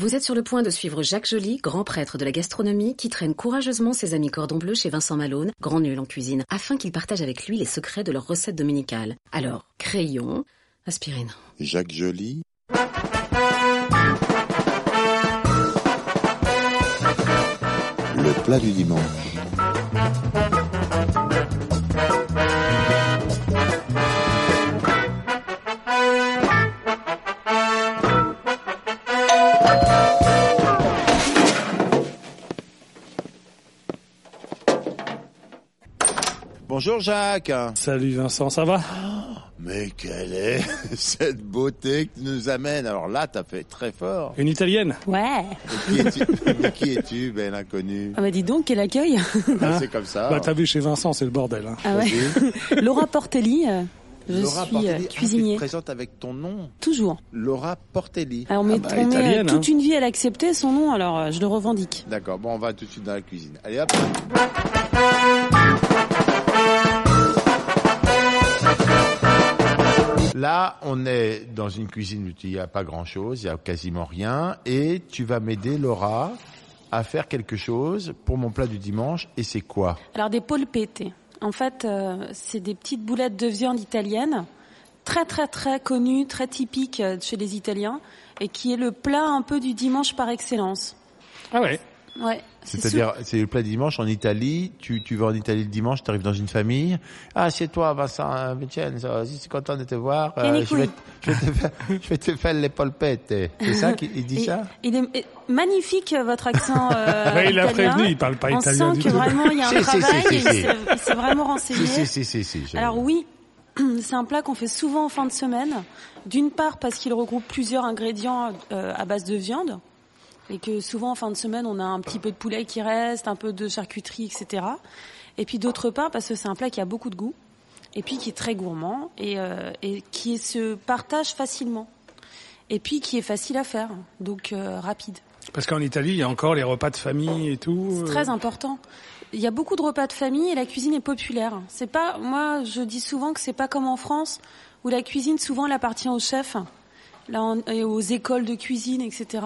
Vous êtes sur le point de suivre Jacques Joly, grand prêtre de la gastronomie, qui traîne courageusement ses amis cordon bleu chez Vincent Malone, grand nul en cuisine, afin qu'il partage avec lui les secrets de leurs recettes dominicales. Alors, crayon, aspirine. Jacques Joly, le plat du dimanche. Bonjour Jacques. Salut Vincent, ça va Mais quelle est cette beauté que tu nous amènes Alors là, t'as fait très fort. Une italienne Ouais. Qui es-tu Mais qui es-tu, belle inconnue Ah bah dis donc, quel accueil. Ah, C'est comme ça. Bah t'as vu chez Vincent, c'est le bordel. hein. Ah ouais. Laura Portelli, euh, je Laura suis Portelli. euh, Ah, tu te cuisinier. présentes avec ton nom, Toujours. Laura Portelli. Alors, mais bah, on met, euh, italienne, toute hein. une vie à l'accepter, son nom, alors euh, je le revendique. D'accord, bon, on va tout de suite dans la cuisine. Allez hop. Là, on est dans une cuisine où il n'y a pas grand-chose, il n'y a quasiment rien. Et tu vas m'aider, Laura, à faire quelque chose pour mon plat du dimanche. Et c'est quoi Alors, des polpette. En fait, euh, c'est des petites boulettes de viande italienne, très très très connues, très typiques euh, chez les Italiens, et qui est le plat un peu du dimanche par excellence. Ah ouais Ouais. c'est C'est-à-dire, c'est le plat du dimanche en Italie. Tu, tu vas en Italie le dimanche, tu arrives dans une famille. Ah, c'est toi, Vincent euh, Vincenzo. Je suis content de te voir. euh, Et les je, vais, couilles. je, vais te faire, je vais te faire les polpettes. C'est ça qu'il il dit Et- ça Il est et- magnifique euh, votre accent euh, Ouais, Ah, il a italien. prévenu, il parle pas On italien sent du que tout. vraiment il y a un Si, si, si, travail, si, et il si. s'est- il s'est vraiment renseigné. Si, si, si, si, si. je- Alors oui, c'est un plat qu'on fait souvent en fin de semaine. D'une part parce qu'il regroupe plusieurs ingrédients euh, à base de viande et que souvent en fin de semaine on a un petit peu de poulet qui reste, un peu de charcuterie, etc. Et puis d'autre part parce que c'est un plat qui a beaucoup de goût et puis qui est très gourmand et, euh, et qui se partage facilement. Et puis qui est facile à faire, donc euh, rapide. Parce qu'en Italie, il y a encore les repas de famille et tout. C'est euh. très important. Il y a beaucoup de repas de famille et la cuisine est populaire. C'est pas, moi, je dis souvent que c'est pas comme en France où la cuisine souvent elle appartient au chef, là en- et aux écoles de cuisine, etc.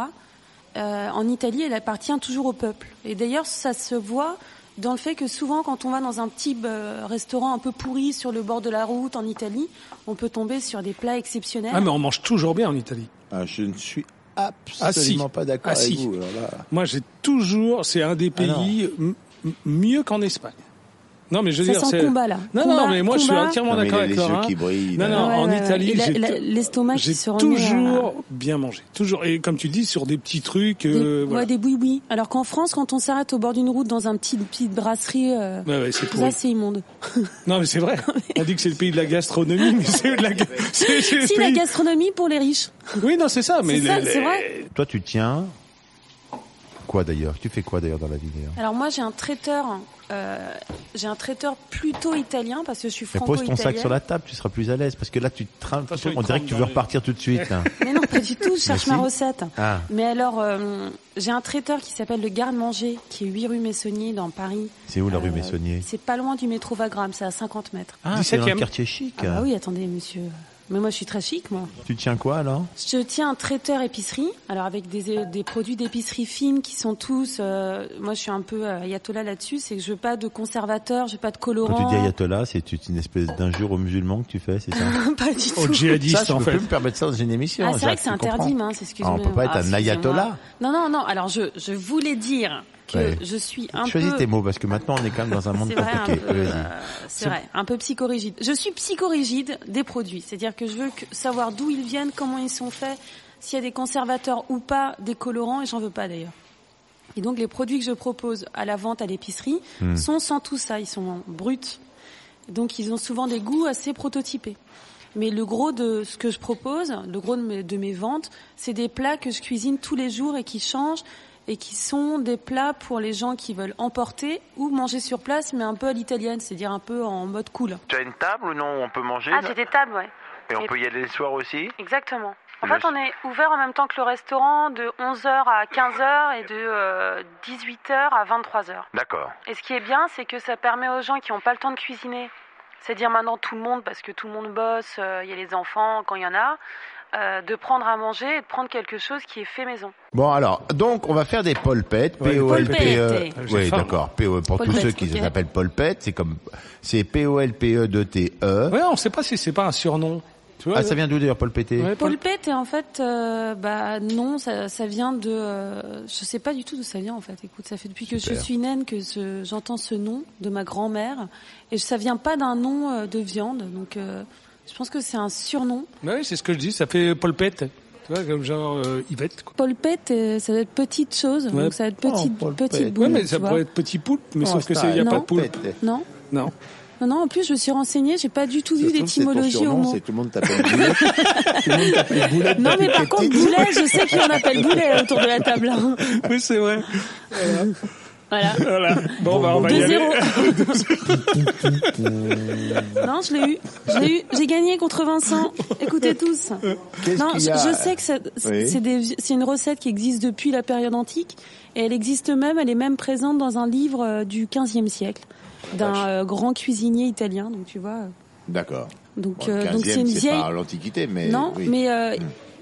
Euh, en Italie, elle appartient toujours au peuple. Et d'ailleurs, ça se voit dans le fait que souvent, quand on va dans un petit euh, restaurant un peu pourri sur le bord de la route en Italie, on peut tomber sur des plats exceptionnels. Ah mais on mange toujours bien en Italie. Ah, je ne suis Ah, si. absolument pas d'accord Ah, avec si. vous. alors là. Moi j'ai toujours, c'est un des Ah, non. pays m- m- mieux qu'en Espagne. Non mais je veux Ça dire, sent c'est- combat, là. Non Combat, non mais moi je suis combat. entièrement Non, mais d'accord il a avec les yeux Laura. qui brillent, là. Non non, Ouais, en ouais, ouais. Italie, Et la- j'ai la- t- l'estomac qui j'ai se remet, toujours bien mangé. Toujours et comme tu dis sur des petits trucs. Des, euh, ouais, voilà. des boui-boui. Alors qu'en France, quand on s'arrête au bord d'une route dans un petit petite brasserie, euh, Ouais, ouais, c'est pourri. ça c'est immonde. Non mais c'est vrai. On dit que c'est le pays de la gastronomie, mais c'est de la. ga- c'est- c'est le Si la pays- gastronomie pour les riches. Oui non c'est ça. Mais C'est ça, le- c'est le- vrai. Toi, tu tiens quoi d'ailleurs Tu fais quoi d'ailleurs dans la vie d'ailleurs Alors moi j'ai un traiteur, euh, j'ai un traiteur plutôt italien parce que je suis Mais pose ton sac sur franco-italienne. la table, tu seras plus à l'aise parce que là, tu te traînes. façon, il On dirait trempe que tu dans veux les- repartir tout de suite. là. Mais non, pas du tout. Je cherche Mais si. ma recette. Ah. Mais alors euh, j'ai un traiteur qui s'appelle le garde-manger, qui est 8 rue Messonnier dans Paris. C'est où la rue Euh, Messonnier C'est pas loin du métro Wagram, c'est à 50 mètres. Ah, c'est dans le 17e. quartier chic. Ah bah oui, attendez monsieur. Mais moi je suis très chic moi. Tu tiens quoi alors Je tiens un traiteur épicerie, alors avec des, des produits d'épicerie fines qui sont tous. euh, moi, je suis un peu euh, ayatollah là-dessus, c'est que je veux pas de conservateur, je veux pas de colorant. Quand tu dis ayatollah, c'est une espèce d'injure aux musulmans que tu fais, c'est ça pas du tout. Au Ça, djihadiste je en peux fait. plus me permettre ça dans une émission. Ah, c'est vrai Jacques, que c'est tu comprends. interdit, mince, excusez-moi. Ah, on peut pas être un excusez-moi. ayatollah. Non, non, non. Alors, je, je voulais dire que Ouais. je suis un Choisis peu. tes mots parce que maintenant on est quand même dans un monde C'est vrai, un compliqué. peu, Vas-y. euh, c'est vrai, un peu psychorigide. Je suis psychorigide des produits, c'est-à-dire que je veux que- savoir d'où ils viennent, comment ils sont faits, s'il y a des conservateurs ou pas, des colorants, et j'en veux pas d'ailleurs. Et donc les produits que je propose à la vente à l'épicerie Hmm. sont sans tout ça, ils sont bruts. Donc ils ont souvent des goûts assez prototypés. Mais le gros de ce que je propose, le gros de mes, de mes ventes, c'est des plats que je cuisine tous les jours et qui changent et qui sont des plats pour les gens qui veulent emporter ou manger sur place, mais un peu à l'italienne, c'est-à-dire un peu en mode cool. Tu as une table ou non où on peut manger Ah, là c'est des tables, ouais. Et on et- peut y aller le soir aussi Exactement. En Le- fait, on est ouvert en même temps que le restaurant de 11h à 15h et de 18h à 23h. D'accord. Et ce qui est bien, c'est que ça permet aux gens qui n'ont pas le temps de cuisiner, c'est-à-dire maintenant tout le monde, parce que tout le monde bosse, euh, il y a les enfants quand il y en a, euh, de prendre à manger et de prendre quelque chose qui est fait maison. Bon alors, donc on va faire des polpettes, Ouais, P O L P E. polpettes. Ah, c'est Oui, fort. d'accord. P O pour tous Polpettes, ceux qui ok. s'appellent polpettes, c'est comme c'est P O L P E 2 T E. Ouais, on sait pas si c'est pas un surnom. Tu vois Ah, ça vient d'où d'ailleurs polpété Ouais, Paul- Polpette, et en fait, bah non, ça, vient de, euh, je sais pas du tout d'où ça vient en fait. Écoute, ça fait depuis que Super. je suis naine que j'entends ce nom de ma grand-mère, et ça vient pas d'un nom euh, de viande, donc euh, je pense que c'est un surnom. Ouais, c'est ce que je dis, ça fait polpette. Tu vois, comme genre euh, Yvette, quoi. Polpette, euh, ça doit être petite chose, Ouais. donc ça va être Oh, petite, polpette. petite boule. Ouais, mais ça tu vois. pourrait être petit poulpe, mais Oh, sauf que ça, c'est, y a non. pas de poulpe. Polpette. Non, Non. non, non. En plus, je me suis renseignée, j'ai pas du tout vu Ça se trouve, c'est ton d'étymologie au surnom, mot. c'est tout le monde t'appelle boulette. tout le monde t'appelle boulette. Non, mais t'appelles par contre, petite. boulet, je sais qu'il y en appelle boulet autour de la table. hein. Oui, c'est vrai. Voilà. Voilà. Bon, bah, on va y aller. 2-0. non, je l'ai eu. Je l'ai eu. J'ai gagné contre Vincent. Écoutez tous. Qu'est-ce Non, qu'il y je, a je sais que ça- Oui. c'est c'est des- c'est une recette qui existe depuis la période antique et elle existe même, elle est même présente dans un livre euh, du 15e siècle Ah, d'un euh, grand cuisinier italien. Donc tu vois, euh, D'accord. donc Bon, euh, le donc 15e, c'est une vieille. pas l'Antiquité, mais non, oui. Hmm. mais euh,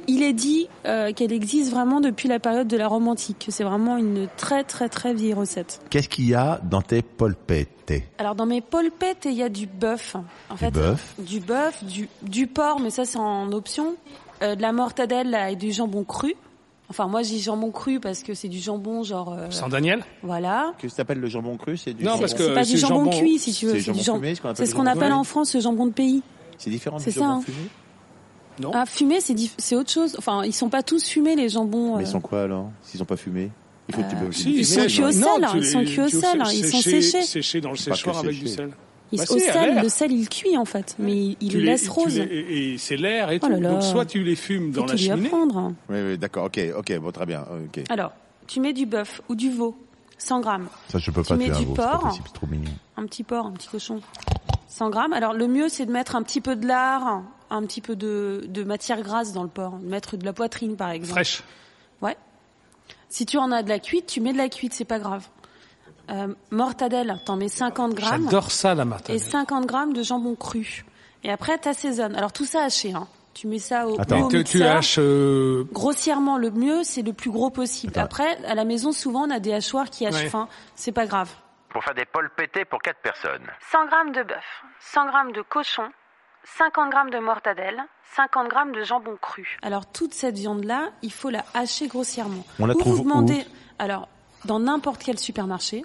il est dit euh, qu'elle existe vraiment depuis la période de la Rome antique. que C'est vraiment une très très très vieille recette. Qu'est-ce qu'il y a dans tes polpettes Alors dans mes polpettes, il y a du bœuf. En fait, bœuf du bœuf, du, du porc, mais ça c'est en option. Euh, de la mortadelle là, et du jambon cru. Enfin moi j'ai jambon cru parce que c'est du jambon genre euh, Sans Daniel voilà. Que s'appelle le jambon cru, c'est du Non, C'est- parce que c'est pas Euh, c'est du jambon, jambon- cuit si tu c'est veux, du c'est du jambon fumé, jambon. ce qu'on appelle C'est ce le qu'on jambon appelle fumé. en France le jambon de pays. C'est différent du C'est ça, jambon hein. fumé. Ah fumé c'est diff- c'est autre chose. Enfin ils sont pas tous fumés les jambons. euh, quoi alors S'ils ont pas fumé, il faut que tu peux. Si, ils sont sèchent. cuits au Non, sel, hein, tu ils les- sont cuits au tu les sel, fais ils sont sécher- séchés. Séchés dans le pas que séchoir avec du séchés. sel. euh, ils- Bah, au si, à sel, l'air. le sel il cuit en fait, mais il Tu le les- laisse tu rose. les- Et et c'est l'air et Oh tout. là là. Donc soit tu les fumes Faut dans la qu'il lui cheminée. apprendre. Oui, oui, d'accord. Ok, ok, bon, très bien. Ok. Alors tu mets du bœuf ou du veau, 100 grammes. Ça, je peux tu mets tuer un du veau, c'est pas porc. possible, c'est trop mignon. un petit porc, un petit cochon. 100 grammes. Alors le mieux, c'est de mettre un petit peu de lard, un petit peu de, de matière grasse dans le porc. De mettre de la poitrine, par exemple. Fraîche. Ouais. Si tu en as de la cuite, tu mets de la cuite, c'est pas grave. Euh, mortadelle, t'en mets 50 grammes. J'adore ça, la martade. Et 50 grammes de jambon cru. Et après, t'assaisonnes. Alors tout ça haché, hein. Tu mets ça au, Attends. au Tu, tu mixeur. haches euh, Grossièrement, le mieux, c'est le plus gros possible. Après, à la maison, souvent, on a des hachoirs qui hachent Ouais. fin. C'est pas grave. pour faire des polpettés pour quatre personnes. 100 g de bœuf, 100 g de cochon, 50 g de mortadelle, 50 g de jambon cru. Alors toute cette viande-là, il faut la hacher grossièrement. On la Ou trouve vous demandez, alors dans n'importe quel supermarché,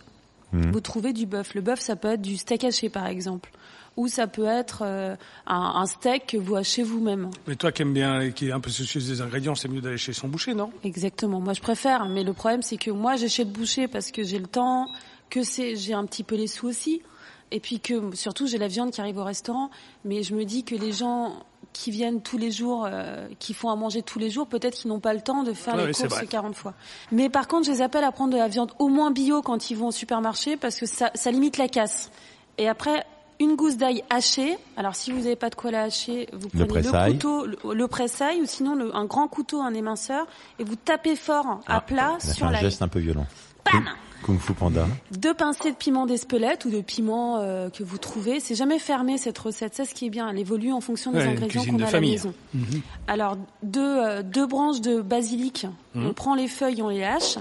Hmm. vous trouvez du bœuf. Le bœuf, ça peut être du steak haché par exemple, ou ça peut être euh, un, un steak que vous hachez vous-même. Mais toi qui aimes bien, et qui est un peu soucieuse des ingrédients, c'est mieux d'aller chez son boucher, non Exactement. Moi, je préfère, mais le problème, c'est que moi, j'ai chez le boucher parce que j'ai le temps, que c'est, j'ai un petit peu les sous aussi, et puis que surtout, j'ai la viande qui arrive au restaurant. Mais je me dis que les gens qui viennent tous les jours, euh, qui font à manger tous les jours, peut-être qu'ils n'ont pas le temps de faire Ouais, les ouais, c'est courses vrai. 40 fois. Mais par contre, je les appelle à prendre de la viande au moins bio quand ils vont au supermarché parce que ça, ça limite la casse. Et après. Une gousse d'ail hachée. Alors, si vous n'avez pas de quoi la hacher, vous Le prenez le, pressail. couteau, le, le pressail, ou sinon le- un grand couteau, un éminceur, et vous tapez fort Ah, à plat On a fait sur un la geste un peu violent. Bam Kung Fu Panda. deux pincées de piment d'Espelette ou de piment euh, que vous trouvez. C'est jamais fermé cette recette. C'est ce qui est bien. Elle évolue en fonction des Ouais, une ingrédients cuisine qu'on de a à la famille. Mhm. maison. Alors deux, euh, deux branches de basilic. Mhm. On prend les feuilles, on les hache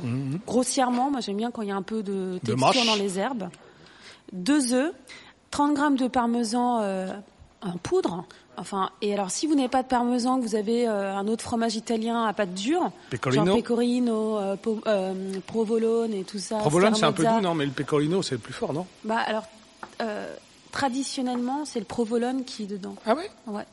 grossièrement. Moi j'aime bien quand il y a un peu de texture mâche. dans les herbes. Deux œufs, 30 grammes de parmesan euh, en poudre. Enfin et alors si vous n'avez pas de parmesan, que vous avez euh, un autre fromage italien à pâte dure, Pecorino. genre pecorino, euh, po- euh, provolone et tout ça. Provolone, c'est un peu scaramezza. doux, non Mais le pecorino, c'est le plus fort, non Bah alors, euh, traditionnellement, c'est le provolone qui est dedans. Ah ouais Ouais.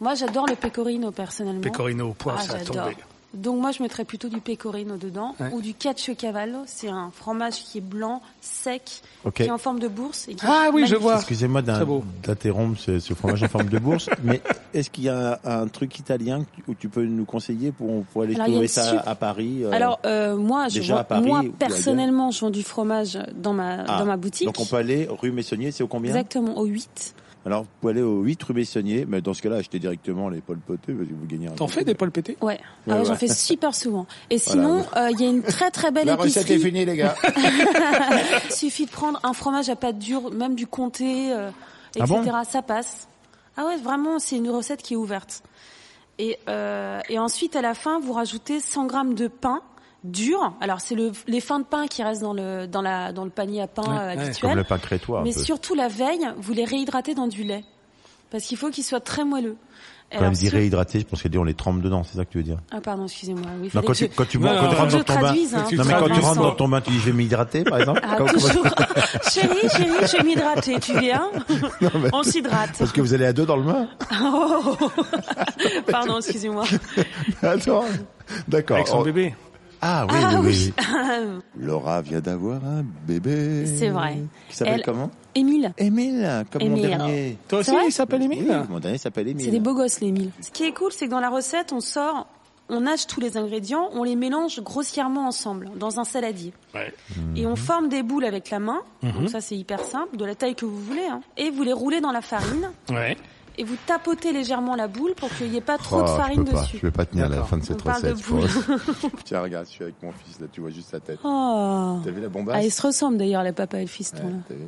Moi, j'adore le pecorino personnellement. Pecorino au poids, Ah, ça a j'adore. tombé. Donc moi, je mettrais plutôt du pecorino dedans Ouais. ou du caciocavallo. C'est un fromage qui est blanc, sec, Ok. qui est en forme de bourse. Et qui Ah est oui, je magnifique. vois. Excusez-moi d'un- Très beau. d'interrompre ce, ce fromage en forme de bourse, mais Est-ce qu'il y a un, un truc italien que tu- où tu peux nous conseiller pour, on pourrait aller Alors, il y a trouver une ça soupe. à Paris euh, Alors euh, moi, je Déjà vois- à Paris moi ou ailleurs personnellement, je vends du fromage dans ma Ah, dans ma boutique. Donc on peut aller rue Messonnier, c'est au combien Exactement au 8. Alors vous pouvez aller au 8 rue Messonnier, mais dans ce cas-là, achetez directement les Paul Poteux parce que vous gagnez un T'en truc. fais des Paul pétés Ouais. Ah ouais, j'en ouais. fais super souvent. Et sinon, euh, il y a une très très belle la recette est épicerie. finie, les gars. Il suffit de prendre un fromage à pâte dure, même du comté, euh, Ah etc. ça passe. Ah ouais, vraiment, c'est une recette qui est ouverte. Et, euh, et ensuite, à la fin, vous rajoutez 100 grammes de pain dur. Alors, c'est le, les fins de pain qui restent dans le, dans la, dans le panier à pain Ouais, euh, ouais. habituel. Comme le pain crétois. un Mais peu. surtout, la veille, vous les réhydratez dans du lait. Parce qu'il faut qu'ils soient très moelleux. Quand Alors, elle dit sur- réhydrater, je pense qu'elle dit on les trempe dedans, c'est ça que tu veux dire Ah pardon, excusez-moi. Oui, Non, fallait quand que tu, je- quand tu, Non, quand tu non, rentres je dans ton bain, traduise, non hein, mais quand tu traduis rentres sans- dans ton bain, tu dis je vais m'hydrater par exemple. Ah, Comment- comment- toujours. chérie, chérie, je vais m'hydrater, tu viens Non, mais- On s'hydrate. Parce que vous allez à deux dans le bain. Oh Pardon, excusez-moi. Attends, d'accord. Avec son Oh. bébé. Ah oui, Ah oui, oui. Laura vient d'avoir un bébé. C'est vrai. Qui s'appelle Elle- comment Émile, Émile, comme mon Émile. dernier. Toi aussi, C'est vrai il s'appelle Émile Oui, mon dernier s'appelle Émile. c'est des beaux gosses les Émile. Ce qui est cool, c'est que dans la recette, on sort, on nage tous les ingrédients, on les mélange grossièrement ensemble dans un saladier. Et Mhm. on forme des boules avec la main, donc ça c'est hyper simple, de la taille que vous voulez, hein. et vous les roulez dans la farine, Ouais. et vous tapotez légèrement la boule pour qu'il n'y ait pas trop Oh, de je farine peux pas, dessus. je peux pas tenir la D'accord. fin de On cette parle de recette. je pense. Tiens, regarde, je suis avec mon fils, là, tu vois juste sa tête. Oh T'as vu la ah, ils bombasse se ressemblent d'ailleurs, le papa et le fiston. Ouais, là. t'as vu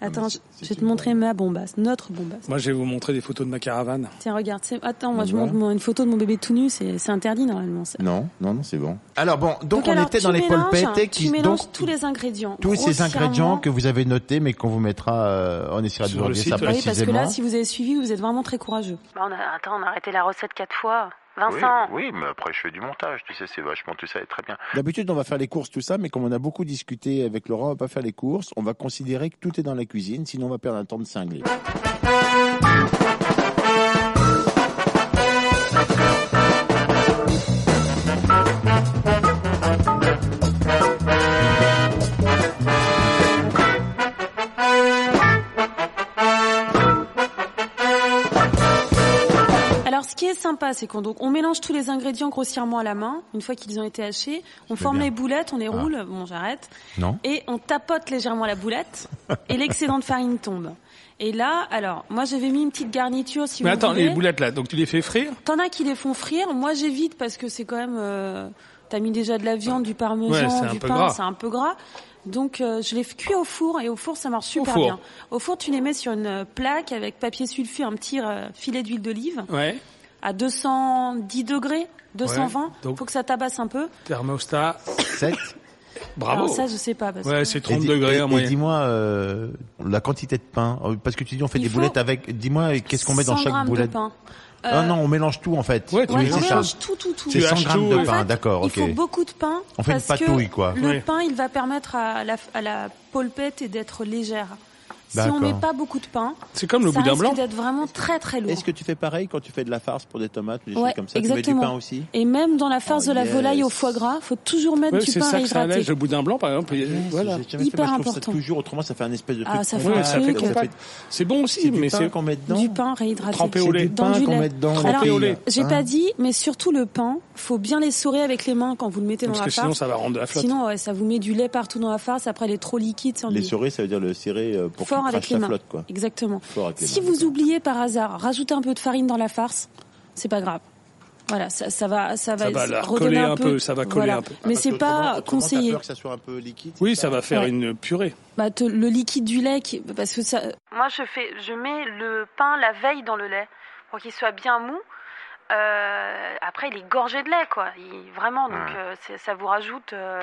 Ah, Attends, mais je c'est- je c'est vais te une montrer ma bombasse, notre bombasse. Moi, je vais vous montrer des photos de ma caravane. Tiens, regarde. c'est- Attends, moi, je Voilà. montre mon- une photo de mon bébé tout nu. C'est c'est interdit, normalement. ça. Non, non, non, c'est bon. Alors bon, donc, on alors, était tu dans les mélanges- polpettes Tu qui mélanges donc tous les ingrédients. tous ces grossièrement. ingrédients que vous avez notés mais qu'on vous mettra euh, on essaiera de Sur vous le redire site, ça ouais. Ah Oui, parce que précisément. là, si vous avez suivi, vous êtes vraiment très courageux. Bah, on a, attends, on a arrêté la recette quatre fois. Oui, Vincent oui, mais après je fais du montage, tu sais, c'est vachement, tout ça est très bien. D'habitude, on va faire les courses, tout ça, mais comme on a beaucoup discuté avec Laurent, on va pas faire les courses. On va considérer que tout est dans la cuisine, sinon on va perdre un temps de cinglé. Alors, ce qui est sympa, c'est qu'on donc, on mélange tous les ingrédients grossièrement à la main. Une fois qu'ils ont été hachés, on forme bien. les boulettes, on Ah. les roule. Bon, j'arrête. Non. Et on tapote légèrement la boulette. et l'excédent de farine tombe. Et là, alors, moi, j'avais mis une petite garniture, si Mais vous attends, voulez. les boulettes là, donc tu les fais frire T'en as qui les font frire. Moi, j'évite parce que c'est quand même. euh, T'as mis déjà de la viande, du Ouais, parmesan, c'est un du peu pain, gras. c'est un peu gras. Donc, euh, je les cuis au four et au four, ça marche super four. bien. Au four, tu les mets sur une euh, plaque avec papier sulfé, un petit euh, filet d'huile d'olive Ouais. à 210 degrés, 220. donc- Faut que ça tabasse un peu. Thermostat, Sept. bravo. Alors ça, je sais pas parce ouais, que c'est 30 Et di- degrés et- en et moyenne. dis-moi euh, la quantité de pain euh, parce que tu dis on fait Il des faut boulettes avec dis-moi qu'est-ce qu'on met dans 100 chaque grammes de boulette pain. Ah Euh, non, on mélange tout en fait. Ouais, tu Ouais, Mais on c'est ça. mélange tout, tout, tout. C'est Tu 100 haches grammes tout, de ouais. pain, fait, d'accord, ok. Il faut beaucoup de pain. On fait une parce que patouille, quoi. Le Ouais. pain, il va permettre à la, à la polpette et d'être légère. Si D'accord. on met pas beaucoup de pain, C'est comme le ça boudin risque blanc. d'être vraiment très très lourd. Est-ce que tu fais pareil quand tu fais de la farce pour des tomates ou des Ouais, choses comme ça Tu mets exactement. du pain aussi Et même dans la farce Oh, de la yes. volaille au foie gras, faut toujours mettre Ouais, du c'est pain ça que ça allège. réhydraté. Le boudin blanc, par exemple, il- voilà. J'ai jamais fait, moi, Hyper je trouve ça important. toujours, autrement ça fait un espèce de Ah, truc ça fait Ouais, un ça fait truc. compact. C'est bon aussi, C'est du mais c'est pain qu'on met dedans. Du pain réhydraté. Trempé au C'est lait. du- Dans Pain du qu'on lait. met dedans, Alors, Trempé au lait. j'ai Hein. pas dit, mais surtout le pain, faut bien l'essorer avec les mains quand vous le mettez dans parce la que farce. sinon ça va rendre de la flotte. Sinon, ouais, ça vous met du lait partout dans la farce. Après, elle est trop liquide. ça Les ennuie. serrés, ça veut dire le serré euh, pour Fort qu'il avec crache les la mains. flotte, quoi. Exactement. Fort avec les Si mains, vous d'accord. oubliez par hasard, rajoutez un peu de farine dans la farce, c'est pas grave. Voilà, ça, ça va, ça va, Ça va la redonner recoller un peu, ça va coller Voilà. un peu. Mais Ah, Parce c'est qu'autrement- pas autrement, t'as conseillé. peur que ça soit un peu liquide. oui, ça va faire Ouais. une purée. Bah, te- le liquide du lait, qui- parce que ça, Moi, je fais, je mets le pain la veille dans le lait pour qu'il soit bien mou. Euh, après, il est gorgé de lait, quoi. Il- vraiment, donc Mm. euh, c'est- ça vous rajoute. euh,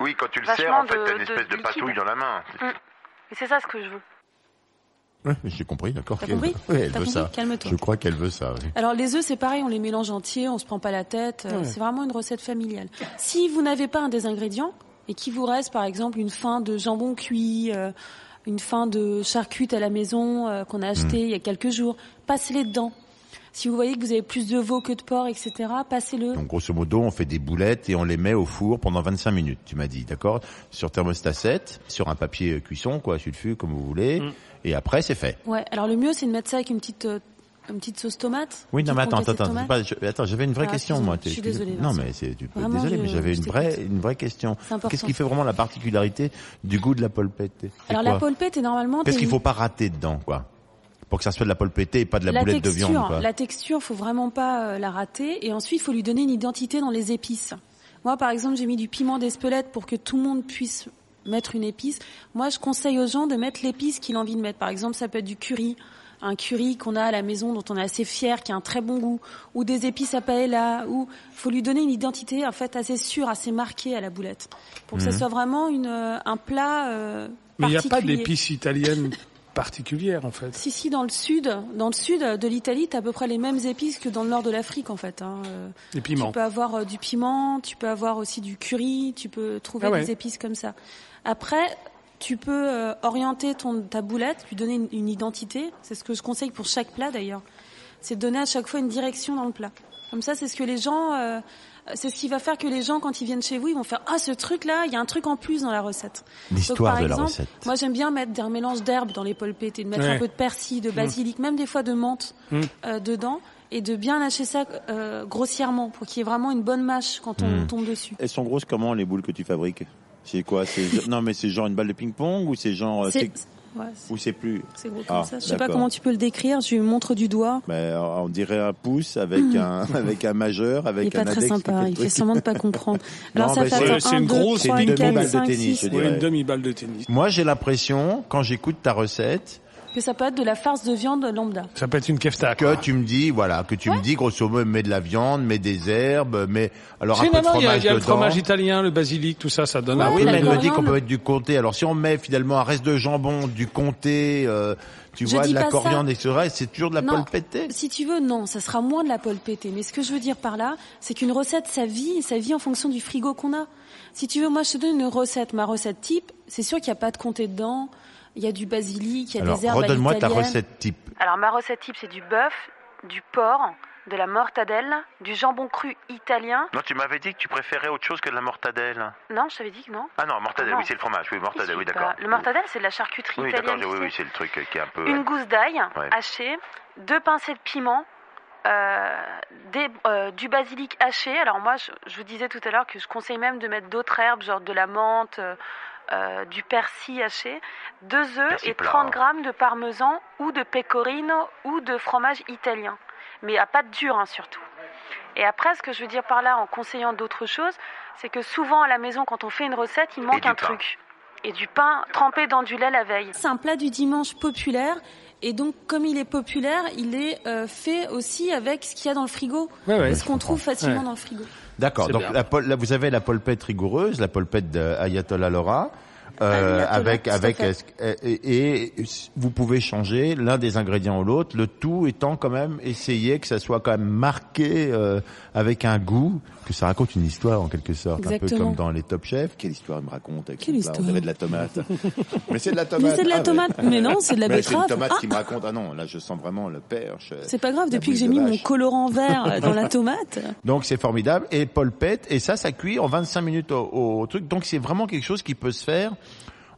Oui, quand tu le Vachement sers, en fait, de- t'as une de- espèce de, de liquide. patouille dans la main. Et c'est ça ce que je veux. Ouais, J'ai compris, d'accord. T'as qu'elle- compris Oui, elle T'as veut compris ça. Calme-toi. Je crois qu'elle veut ça. oui. Alors les œufs, c'est pareil, on les mélange entiers, on se prend pas la tête. euh, Ouais. C'est vraiment une recette familiale. Si vous n'avez pas un des ingrédients et qu'il vous reste par exemple une fin de jambon cuit, euh, Mm. une fin de charcute à la maison euh, qu'on a acheté il y a quelques jours, passez-les dedans. Si vous voyez que vous avez plus de veau que de porc, etc., passez-le. Donc grosso modo, on fait des boulettes et on les met au four pendant 25 minutes, tu m'as dit, d'accord Sur thermostat 7, sur un papier euh, cuisson, quoi, sulfu, comme vous voulez. Mm. Et après, c'est fait. Ouais. Alors le mieux, c'est de mettre ça avec une petite, euh, une petite sauce tomate. Oui, une non, mais petite attends, concassée de attends, attends, tomates. pas- je- attends, j'avais une vraie Ah, question, excuse-moi, moi. je suis excuse- désolée, Non, Vincent. mais c'est, tu peux être Vraiment, désolé, mais je- j'avais je une vraie, t'écoute. une vraie question. C'est important. Qu'est-ce qui fait vraiment la particularité du goût de la polpette C'est Alors quoi la polpette, est normalement. Qu'est-ce t'as qu'il une- faut pas rater dedans, quoi Pour que ça soit de la polpette et pas de la, boulette texture, de viande, quoi. La texture, faut vraiment pas euh, la rater. Et ensuite, il faut lui donner une identité dans les épices. Moi, par exemple, j'ai mis du piment d'Espelette pour que tout le monde puisse mettre une épice. Moi, je conseille aux gens de mettre l'épice qu'il a envie de mettre. Par exemple, ça peut être du curry. Un curry qu'on a à la maison, dont on est assez fier, qui a un très bon goût, ou des épices à paella, ou faut lui donner une identité en fait assez sûre, assez marquée à la boulette, pour Mhm. que ça soit vraiment une, euh, un plat. euh, Mais il n'y a pas particulier. d'épices italiennes particulières, en fait. Si, si, dans le sud, dans le sud de l'Italie, t'as à peu près les mêmes épices que dans le nord de l'Afrique, en fait. hein. Euh, Les Tu piments. peux avoir euh, du piment, tu peux avoir aussi du curry, tu peux trouver Ah ouais. des épices comme ça. Après, tu peux euh, orienter ton, ta boulette, lui donner une, une identité. C'est ce que je conseille pour chaque plat, d'ailleurs. C'est de donner à chaque fois une direction dans le plat. Comme ça, c'est ce que les gens, euh, c'est ce qui va faire que les gens, quand ils viennent chez vous, ils vont faire ah ce truc là, il y a un truc en plus dans la recette. L'histoire Donc, par de la exemple, recette. Moi, j'aime bien mettre un mélange d'herbes dans les polpettes et de mettre Ouais. un peu de persil, de basilic, même des fois de menthe Mm. euh, dedans et de bien lâcher ça euh, grossièrement pour qu'il y ait vraiment une bonne mâche quand on Mm. tombe dessus. Elles sont grosses comment les boules que tu fabriques C'est quoi C'est non mais c'est genre une balle de ping-pong ou c'est genre euh, C'est c'est- ouais, c'est- ou c'est plus c'est gros comme Ah, ça. Je sais pas d'accord. comment tu peux le décrire. Je lui montre du doigt. Ben, on dirait un pouce avec un avec un majeur Hmm. Il est avec pas un très index. sympa. Il fait seulement de pas comprendre. Alors Non, ça mais fait c'est- attends, c'est un, une deux, grosse trois, une demi-balle quatre, de cinq, tennis, je six. dis. Ouais, dirais. une demi-balle de tennis. Moi, j'ai l'impression, quand j'écoute ta recette, Que ça peut être de la farce de viande lambda. Ça peut être une kefta. que tu me dis, voilà, que tu me dis, grosso modo, mets de la viande, mets des herbes, mets, alors un Si, peu non, de non, il y a, fromage il y a le dedans. fromage italien, le basilic, tout ça, ça donne Ah un oui, peu mais elle de- me dit qu'on coriandre. peut être du comté. Alors si on met finalement un reste de jambon, du comté, euh, tu Je vois, de dis la pas ça. coriandre, etc., c'est toujours de la Non. polpette. Si tu veux, non, ça sera moins de la polle pétée. Mais ce que je veux dire par là, c'est qu'une recette, ça vit, et ça vit en fonction du frigo qu'on a. Si tu veux, moi, je te donne une recette, ma recette type. C'est sûr qu'il n'y a pas de comté dedans. Il y a du basilic, il y a Alors des herbes à redonne-moi ta l'italienne. recette type. Alors ma recette type, c'est du bœuf, du porc, de la mortadelle, du jambon cru italien. Non, tu m'avais dit que tu préférais autre chose que de la mortadelle. Non, je t'avais dit que non. Ah non, mortadelle, Ah non. oui, c'est le fromage. Oui, mortadelle, oui, Je sais d'accord. pas. Le mortadelle, c'est de la charcuterie Oui, d'accord, italienne. oui, tu oui, sais. c'est le truc euh, qui est un peu... Une gousse d'ail Ouais. hachée, deux pincées de piment, euh, des- euh, du basilic haché. Alors moi, je, je vous disais tout à l'heure que je conseille même de mettre d'autres herbes, genre de la menthe, euh, euh, du persil haché, deux œufs Persil et plat, 30 hein. grammes de parmesan ou de pecorino ou de fromage italien. Mais à pâte dure, hein, surtout. Et après, ce que je veux dire par là, en conseillant d'autres choses, c'est que souvent à la maison, quand on fait une recette, il manque du un pain. truc. Et du pain trempé dans du lait la veille. C'est un plat du dimanche populaire. Et donc, comme il est populaire, il est euh, fait aussi avec ce qu'il y a dans le frigo. Ouais, ouais. ce qu'on trouve facilement Ouais. dans le frigo. D'accord. C'est Donc bien. la pol- là, vous avez la polpette rigoureuse, la polpette d'Ayatollah Laura. Ah oui, Euh, Ayatollah, avec tout à avec fait. est-ce que- et, et- et vous pouvez changer l'un des ingrédients ou l'autre le tout étant quand même essayer que ça soit quand même marqué euh, avec un goût que ça raconte une histoire en quelque sorte un peu Exactement. comme dans les Top Chef Quelle histoire il me raconte avec Quelle son plat On dirait histoire de la tomate. mais c'est de la tomate. Mais c'est Ah, de la ouais. tomate. Mais non, c'est de la Mais c'est une betterave. tomate Ah, qui me raconte. Ah non, là je sens vraiment le perche. c'est pas grave. La Depuis que bouille j'ai de mis vache. mon colorant vert euh, dans la tomate. Donc c'est formidable. Et polpette, et ça, ça cuit en 25 minutes au, au truc. Donc c'est vraiment quelque chose qui peut se faire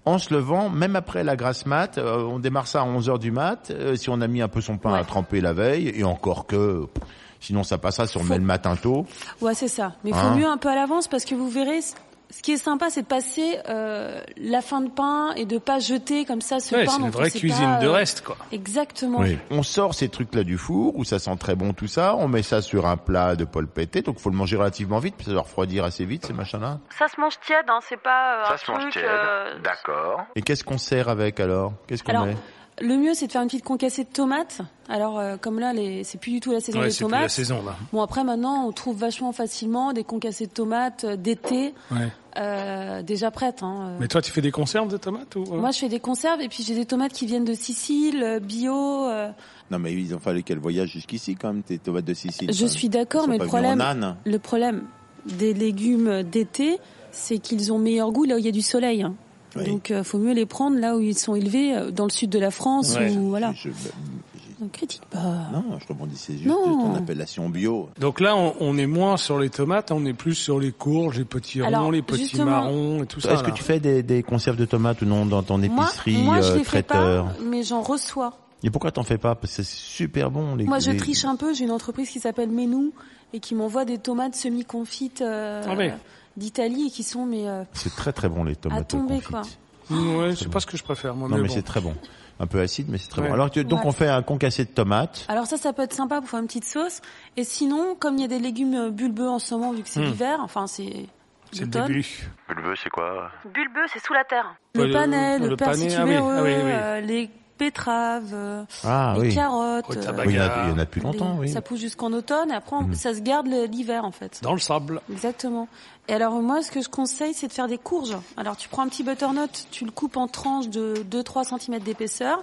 en se levant, même après la grasse mat. Euh, on démarre ça à 11h du mat, euh, si on a mis un peu son pain à tremper la veille, et encore que... pff, Sinon ça passera si on le met le matin tôt. Ouais, c'est ça. Mais Hein faut mieux un peu à l'avance parce que vous verrez, c- ce qui est sympa, c'est de passer euh, la fin de pain et de pas jeter comme ça ce Ouais, pain. c'est une dont on vraie sait cuisine pas, de euh, reste, quoi. Exactement. On sort ces trucs-là du four, où ça sent très bon tout ça, on met ça sur un plat de polpette, donc faut le manger relativement vite, puis ça doit refroidir assez vite ces machins-là. Ça se mange tiède, hein, c'est pas euh, un Ça se mange truc, tiède, euh, d'accord. Et qu'est-ce qu'on sert avec alors Qu'est-ce qu'on Alors, met Le mieux, c'est de faire une petite concassée de tomates. Alors, euh, comme là, les... c'est plus du tout la saison Ouais, des c'est plus la tomates. saison, là. Bon, après, maintenant, on trouve vachement facilement des concassées de tomates euh, d'été Ouais. euh, déjà prêtes. Hein, euh. Mais toi, tu fais des conserves de tomates ou euh Moi, je fais des conserves et puis j'ai des tomates qui viennent de Sicile, euh, bio. euh, Non mais ils ont fallu qu'elle voyage jusqu'ici quand même tes tomates de Sicile. Je quand suis même. d'accord, Ils sont mais pas le venus problème, en âne. le problème des légumes d'été, c'est qu'ils ont meilleur goût là où il y a du soleil. hein. Oui. Donc, euh, faut mieux les prendre là où ils sont élevés, euh, dans le sud de la France Ouais. ou voilà. Je- je- Ne critique pas. Non, je rebondissais juste Non. sur ton appellation bio. Donc là, on, on est moins sur les tomates, on est plus sur les courges, les petits Alors, rognons, les petits justement- marrons et tout ça. Est-ce que là. tu fais des, des conserves de tomates ou non dans ton Moi, épicerie moi, euh, je les fais traiteur pas, mais j'en reçois. Et pourquoi t'en fais pas Parce que c'est super bon. Les, Moi, je les- triche un peu. J'ai une entreprise qui s'appelle Menou et qui m'envoie des tomates semi-confites euh, Ah ouais. d'Italie et qui sont mais euh, C'est très très bon les tomates à tomber confites. quoi. Mm, Ouais, c'est pas ce que je préfère moi. Non mais, bon. c'est très bon. Un peu acide mais c'est très Ouais. bon. Alors tu- donc Ouais. Ah, on fait un concassé de tomates. Alors ça, ça peut être sympa pour faire une petite sauce. Et sinon, comme il y a des légumes euh, bulbeux en ce moment vu que c'est Hmm. l'hiver, enfin c'est C'est le l'automne, début. Bulbeux, c'est quoi Bulbeux, c'est sous la terre. Ouais, le le- panais, le, le persil panais, ah oui, ah tubéreux, oui, Oh, oui. euh, les betteraves, euh, Ah les oui. carottes. Ouais, euh, tabac. Oui, il y en a, il y en a depuis longtemps. les- Oui. Hmm. Ça pousse jusqu'en automne et après on- ça se garde le- l'hiver en fait. Dans le sable. Exactement. Et alors moi, ce que je conseille, c'est de faire des courges. Alors tu prends un petit butternut, tu le coupes en tranches de 2-3 cm d'épaisseur.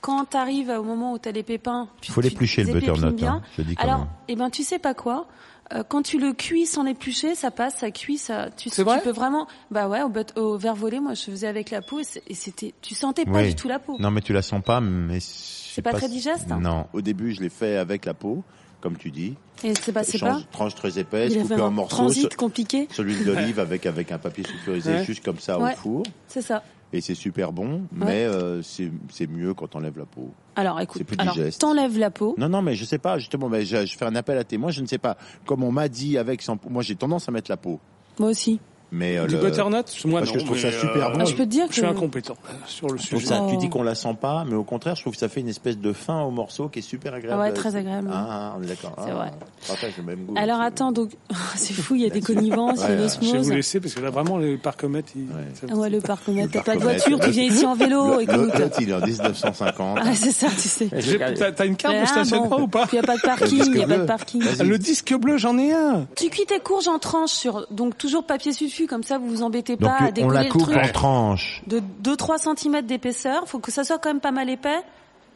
Quand tu arrives au moment où tu as les pépins, tu Il faut tu l'éplucher le les épépines butternut. bien. hein. Je dis quand Alors, même. eh ben tu sais pas quoi euh, quand tu le cuis sans l'éplucher, ça passe, ça cuit, ça. Tu, C'est tu vrai peux vraiment. Bah ouais, au, but- au verre volé, moi je faisais avec la peau et c'est- et c'était. Tu sentais pas Oui. du tout la peau. Non mais tu la sens pas mais c'est pas très digeste, hein. Non. Au début, je l'ai fait avec la peau, comme tu dis. Et Bah, c'est passé pas. Change- Tranche très épaisse, Il coupée avait en un morceaux. transit compliqué, ce- Celui d'olive avec avec un papier sulfurisé Ouais. juste comme ça Ouais. au four c'est ça. et c'est super bon mais euh, c'est c'est mieux quand on lève la peau. Alors C'est écoute, plus alors digeste. t'enlèves la peau. Non non mais je sais pas justement mais je, je fais un appel à témoins je ne sais pas comme on m'a dit avec sans peau, moi j'ai tendance à mettre la peau Moi aussi. mais euh, Du le- butternut, moi parce non, que je trouve mais, euh, ça super bon. Ah, je peux te dire Je suis que- incompétent euh, sur le je trouve sujet. ça, tu Oh. dis qu'on la sent pas, mais au contraire, je trouve que ça fait une espèce de fin au morceau qui est super agréable. Ah ouais, très agréable. Ah, ah, on est d'accord. C'est Ah, vrai. partage le même goût. Alors C'est- attends, donc oh, c'est fou, il y a des connivences, il y a Ouais, une ouais. Je vais osmose. vous laisser parce que là vraiment les parcomètres. Ils... Ouais. ça- Ah ouais, le parcomètre, Le t'as pas de parcomètre. voiture, tu viens ici en vélo, Le- le- écoute. L'autre, il est en 1950. Ah c'est ça, tu sais. J'ai- T'as t'as une carte de stationnement ou pas Ah, Il y a pas de parking, il y a pas de bleu. parking. Vas-y. Le disque bleu, j'en ai un. Tu cuis tes courges en tranches sur donc toujours papier sulfu comme ça vous vous embêtez Donc pas à tu- on décoller la le coupe truc en tranches. de 2 3 cm d'épaisseur, faut que ça soit quand même pas mal épais.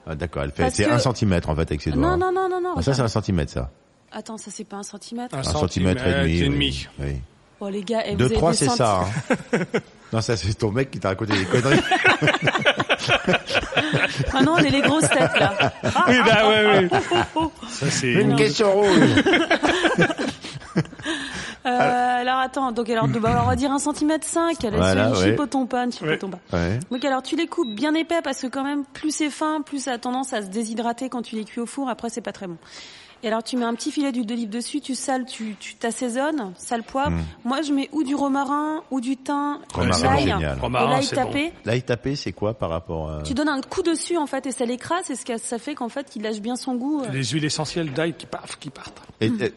Ah, D'accord. Elle fait. Parce C'est que- un centimètre en fait avec ses doigts. Non non non non non. Ah, ça c'est un centimètre ça. Attends, ça c'est pas un centimètre. Un Un centimètre et demi. oui. Oui. Oh les gars, eh, vous Deux avez trois des c'est centi- ça. hein. non ça c'est ton mec qui t'a raconté des conneries. Ah non, on est les grosses têtes là. Ah, Oui, ah, bah ouais, oui. oh, oh. Ça c'est. Une question rouge. Euh, alors attends, donc alors bah, on va redire un centimètre 5, la Voilà, celui ouais. chipoton pas, ne chipoton pas. Ouais. Donc alors tu les coupes bien épais parce que quand même plus c'est fin, plus ça a tendance à se déshydrater quand tu les cuis au four. Après c'est pas très bon. Et alors tu mets un petit filet d'huile d'olive dessus, tu sales, tu tu t'assaisonnes, sale poivre. Mm. Moi je mets ou du romarin ou du thym, Romarin, de l'ail, génial. de Romarin, l'ail c'est tapé. L'ail tapé c'est quoi par rapport euh, à... Tu donnes un coup dessus en fait et ça l'écrase et ce que ça fait qu'en fait il lâche bien son goût. euh. Les huiles essentielles d'ail qui paf, qui partent. Et- et-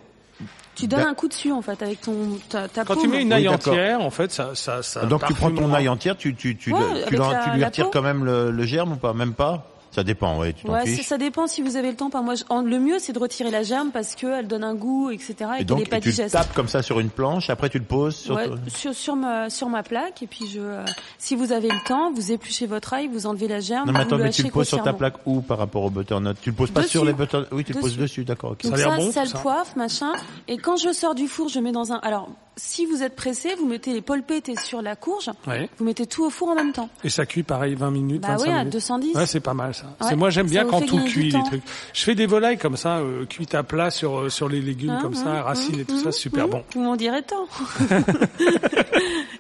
Tu donnes un coup dessus en fait avec ton ta, ta Quand paume. tu mets une ail Oui, d'accord. entière, en fait, ça, ça, ça. Donc tu prends parfume ton en- ail entière, tu tu tu Ouais, le- tu, avec l'en- la- tu lui la retires peau. quand même le, le germe ou pas Même pas Ça dépend, ouais, tu t'en Ouais, ça, fiches. ça dépend si vous avez le temps. Enfin, moi, je- en- le mieux, c'est de retirer la germe parce que elle donne un goût, etc. Et, Et qu'elle donc est pas tu le digeste. tapes comme ça sur une planche, après tu le poses sur Ouais, ton- sur, sur, ma, sur ma plaque et puis je euh, si vous avez le temps vous épluchez votre ail vous enlevez la germe Non mais vous attends, le mais tu hachez le poses sur ta grossièrement. plaque où par rapport au butternut Tu le poses pas Dessus. sur les butternuts Oui, tu le poses Dessus. dessus, d'accord. ok. Ça a donc l'air ça, bon, sale ça. poivre machin et quand je sors du four je mets dans un alors si vous êtes pressé vous mettez les polpettes sur la courge Ouais. vous mettez tout au four en même temps Et ça cuit pareil 20 minutes, bah 25 oui à minutes. 210 Ouais, c'est pas mal ça. Ouais, c'est moi j'aime ça bien vous quand fait tout gagner du cuit les temps. trucs. Je fais des volailles comme ça, euh, cuites à plat sur euh, sur les légumes Hein, comme hein, ça, racines hein, et tout ça, hein, super hein, bon. vous m'en direz tant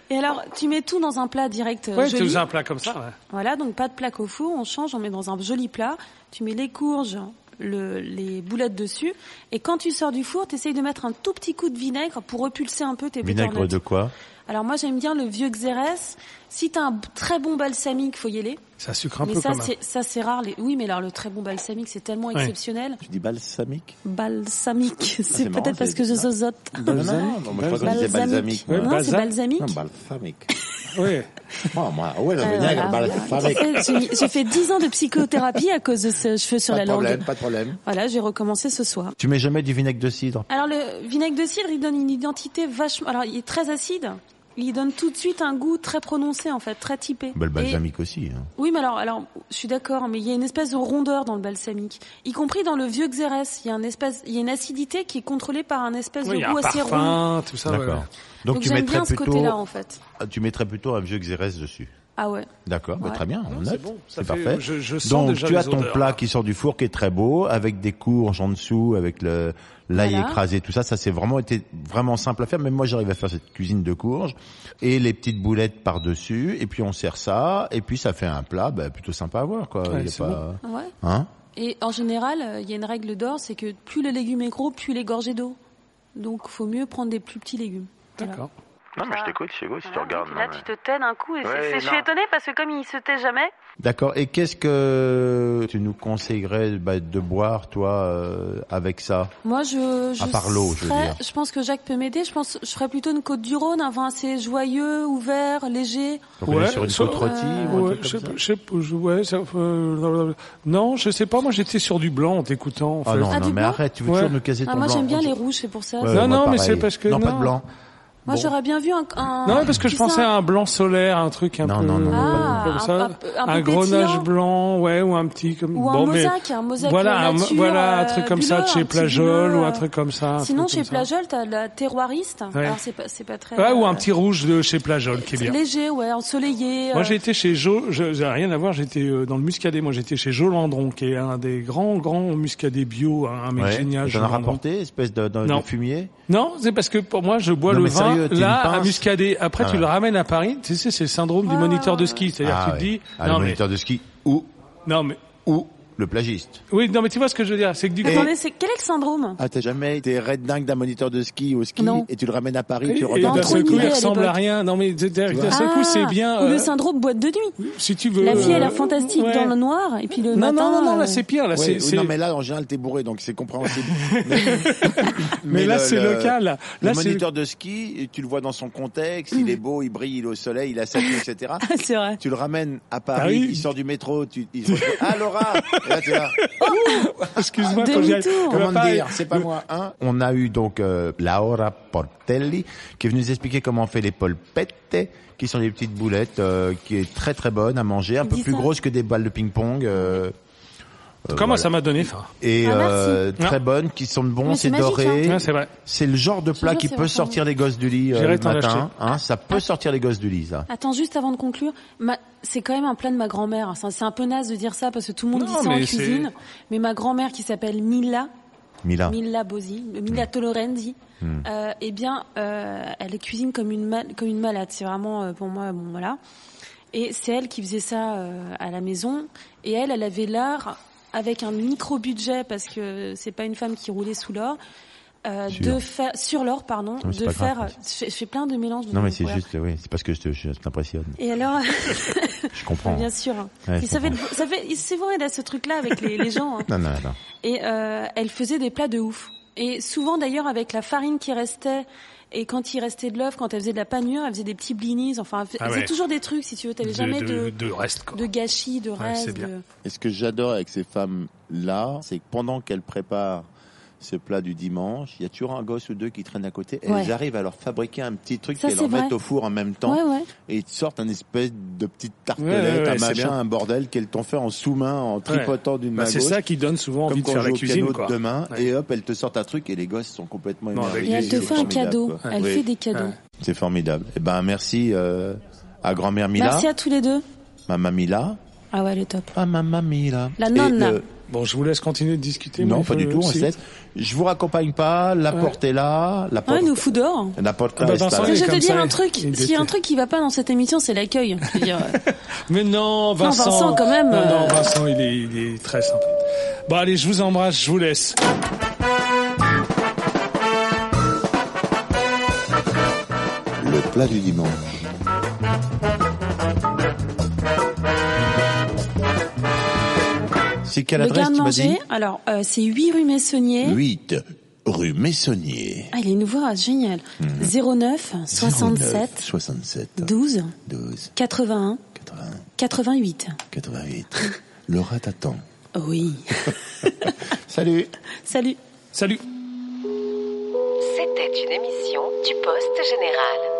et alors tu mets tout dans un plat direct euh, Ouais, tu joli. faisais un plat comme ça. ouais. Voilà, donc pas de plaque au four, on change, on met dans un joli plat, tu mets les courges, le- les boulettes dessus, et quand tu sors du four, t'essayes de mettre un tout petit coup de vinaigre pour repulser un peu tes Vinaigre butternuts. de quoi Alors moi j'aime bien le vieux xérès, si t'as un b- très bon balsamique, faut y aller, Ça sucre un mais peu ça quand même. c'est, ça c'est rare, les... oui mais alors le très bon balsamique c'est tellement Ouais. exceptionnel, Tu dis balsamique balsamique, c'est, c'est marrant, peut-être parce c'est- que je zozote. Non, non, non, non, moi, je crois qu'on disait balsamique. moi. Ouais, non balsam- c'est Bah, balsamique. Non, balsamique. Ouais. Oh, moi, ouais, le Ah, vinaigre, voilà. balsamique. Tu sais, J'ai j'ai fait 10 ans de psychothérapie à cause de ce cheveux sur Pas la de langue. problème, pas de problème. Voilà, j'ai recommencé ce soir. Tu mets jamais du vinaigre de cidre Alors le vinaigre de cidre, il donne une identité vachement. Alors il est très acide. Il donne tout de suite un goût très prononcé en fait, très typé. bah, Le Et- balsamique aussi. hein. Oui, mais alors, alors, je suis d'accord, mais il y a une espèce de rondeur dans le balsamique, y compris dans le vieux xérès. Il y a une espèce, il y a une acidité qui est contrôlée par un espèce Ouais, il y de a un goût assez rond. parfum, tout ça. Ah, ouais, D'accord. ouais. Donc, tu j'aime bien mettrais ce côté-là plutôt en fait. tu mettrais plutôt un vieux xérès dessus. Ah ouais. D'accord, bah, Ouais. très bien, on C'est note. bon, c'est ça fait- parfait. Je, je Donc sens déjà tu as les ton odeurs. plat qui sort du four qui est très beau avec des courges en dessous avec le l'ail Voilà. écrasé tout ça ça c'est vraiment été vraiment simple à faire même moi j'arrive à faire cette cuisine de courges et les petites boulettes par-dessus et puis on sert ça et puis ça fait un plat bah, plutôt sympa à voir quoi Ouais, Il y a c'est pas- Ouais. hein Et en général, euh, il y a une règle d'or, c'est que plus le légume est gros, plus il est gorgé d'eau. Donc, faut mieux prendre des plus petits légumes. Voilà. D'accord. Non, Ah. mais je t'écoute, je t'écoute, si tu Voilà, regardes. donc Là, non, tu mais- te tais d'un coup et c'est- Ouais, c'est- je suis non. étonnée parce que comme il se tait jamais, D'accord. Et qu'est-ce que tu nous conseillerais bah, de boire, toi, euh, avec ça Moi, je, je À part l'eau, je veux serais- dire. je pense que Jacques peut m'aider. Je pense, je ferais plutôt une côte du Rhône, un vin assez joyeux, ouvert, léger. Donc, on est sur une ça- euh, côte rôtie Euh, ou un Ouais, truc je, comme ça je, je- ouais, ça- euh, non, je sais pas. Moi, j'étais sur du blanc en t'écoutant. En Ah fait. non, Ah, non, du mais blanc arrête, tu veux Ouais. toujours nous caser ton Ah, moi, blanc. j'aime bien les rouges, c'est pour ça. Ouais, ça. moi, Non, non, mais pareil. c'est parce que Non, pas non. de blanc. Moi, bon. j'aurais bien vu un. un Non, parce que je tu sais, pensais un- à un blanc solaire, un truc un Non, peu non, non, non, Ah, comme un- ça, un peu- un peu grenage pétillant. blanc, ouais, ou un petit comme Ou un bon, mais- mosaque, un mosaque voilà, de un, nature, voilà, un euh, truc comme ça, bulleux, de chez un petit Plajol bulleux, ou un euh. truc comme ça. Ah, un Sinon, truc chez comme ça. Plajol, t'as la terroiriste. Ouais. Alors, c'est pas, c'est pas très. Ouais, ou un euh, petit rouge de chez Plajol qui est bien. Léger, ouais, ensoleillé. Moi, euh, j'ai été chez Jo, je- j'ai rien à voir, j'étais euh, dans le Muscadet, moi j'étais chez Jo Landron, qui est un des grands, grands Muscadet bio, hein, un mec Ouais. génial. J'en Jo ai Landron. rapporté, espèce de, de, de Non. fumier. Non, c'est parce que pour moi, je bois Non, le mais vin sérieux, t'es une là, à pince. Muscadet. Après, Ah tu le ouais. ramènes à Paris, tu sais, c'est le syndrome du Ouais, moniteur ouais, de ouais. ski. C'est-à-dire Ah, que tu ouais. te dis, Ah, non, le mais, moniteur de ski ou, non, mais, ou le plagiste. oui, non, mais tu vois ce que je veux dire, c'est que du coup, Attendez, c'est quel est le syndrome Ah, t'as jamais été red dingue d'un moniteur de ski au ski Non. et tu le ramènes à Paris, Et, tu et le regardes. d'un trop seul une coup, idée il à ressemble à l'époque. rien. Non, mais d'un d'un seul coup, c'est bien. Ah, Ou euh, le syndrome boîte de nuit. si tu veux. La fille, elle a euh, fantastique ouais. dans le noir, et puis le Non, non, matin. non, non, euh, là, c'est pire. Là, Ouais, c'est. oui, c'est- non mais là en général t'es bourré donc c'est compréhensible. mais, Mais mais là, le- c'est le- local. Là, le c'est. moniteur de ski, tu le vois dans son contexte, il est beau, il brille, il est au soleil, il a sa tenue, etc. ah, c'est vrai. Tu le ramènes à Paris. Paris, il sort du métro, tu, il se retrouve, ah Laura, Et là, t'es là. Excuse-moi, quand j'y Demi-tour. Tu vas comment pas- dire, c'est pas moi, hein. On a eu donc euh, Laura Portelli qui est venue nous expliquer comment on fait les polpette, qui sont des petites boulettes euh, qui est très très bonne à manger, un peu Dis plus ça. grosses que des balles de ping-pong. euh, euh, Comment voilà. ça m'a donné faim Et Ah, merci. euh, Non. très bonnes, qui sont bons, Mais c'est c'est magique, doré. Ouais, C'est vrai. C'est le genre de plat jure, qui c'est Ah. peut vachement sortir les gosses du lit euh, J'irai le t'en matin. Hein, ça peut sortir les gosses du lit, ça. Attends, juste avant de conclure, ma- c'est quand même un plat de ma grand-mère. C'est c'est un peu naze de dire ça parce que tout le monde Non, dit ça en mais c'est- cuisine. Mais ma grand-mère qui s'appelle Mila, Mila. Mila Bosi, euh, Mila Hmm. Tolorendi, euh, eh bien, euh, elle cuisine comme une, mal- comme une malade. C'est vraiment, euh, pour moi, bon, voilà. Et c'est elle qui faisait ça euh, à la maison. Et elle, elle avait l'art, avec un micro-budget, parce que c'est pas une femme qui roulait sous l'or, euh, Sur. de faire sur l'or pardon mais c'est de pas grave, faire vas-y. je fais- je fais plein de mélanges de Non, mais c'est couleurs. juste, oui, c'est parce que je te- je t'impressionne. et alors Je comprends. Bien sûr. Ouais, je il savait, comprends. ça fait, il s'est vrai, il a ce truc-là avec les, les gens. hein. Non, non, non. Et euh, elle faisait des plats de ouf. Et souvent d'ailleurs avec la farine qui restait. Et quand il restait de l'œuf, quand elle faisait de la panure, elle faisait des petits blinis. Enfin, elle faisait Ah ouais. toujours des trucs si tu veux. T'avais jamais de, de, reste, quoi. gâchis, de reste. c'est bien. de- Et ce que j'adore avec ces femmes-là, c'est que pendant qu'elles préparent ce plat du dimanche, il y a toujours un gosse ou deux qui traînent à côté. Et Ouais. Elles arrivent à leur fabriquer un petit truc Ça, qu'elles leur c'est vrai. mettent au four en même temps. Ouais, ouais. Et ils te sortent un espèce de petite Ouais, ouais, tartelette, ouais, un c'est machin, bien. un bordel qu'elles t'ont fait en sous-main, en tripotant d'une Bah, main c'est gauche. ça qui donne souvent Comme envie de quand faire on la joue au cuisine, piano quoi. de demain, Ouais. et hop, elle te sort un truc et les gosses sont complètement Non, avec Et émerveillés. elle te C'est fait un formidable, cadeau. quoi. Elle Oui, fait des cadeaux. C'est formidable. Eh ben, merci euh, à grand-mère Mila, Merci à tous les deux. maman Mila, Ah ouais, le top. ah maman Mila. La Et nonna. le- Bon, je vous laisse continuer de discuter. Non, moi, pas je- du tout, on si. se laisse. Je vous raccompagne pas, la porte est là, la Ah, porte, il nous fout dehors. la porte Ah bah, reste Vincent, là. il est je vais comme te dire ça, un truc. il S'il y a un déteste. truc qui va pas dans cette émission, c'est l'accueil. Je veux dire, euh, Mais non, Vincent. Vincent, quand même, Non, non, euh. Vincent, il est, il est très sympa. Bon, allez, je vous embrasse, je vous laisse. Le plat du dimanche. C'est quelle le adresse tu m'as garde-manger. dit Alors, euh, c'est 8 rue Messonnier. 8 rue Messonnier. Ah, il est nouveau, ah, génial. Mhm. 09 09 67 67 12 12 81 80 88. 88. Laura t'attend. Oh Oui. Salut. Salut. Salut. C'était une émission du Poste Général.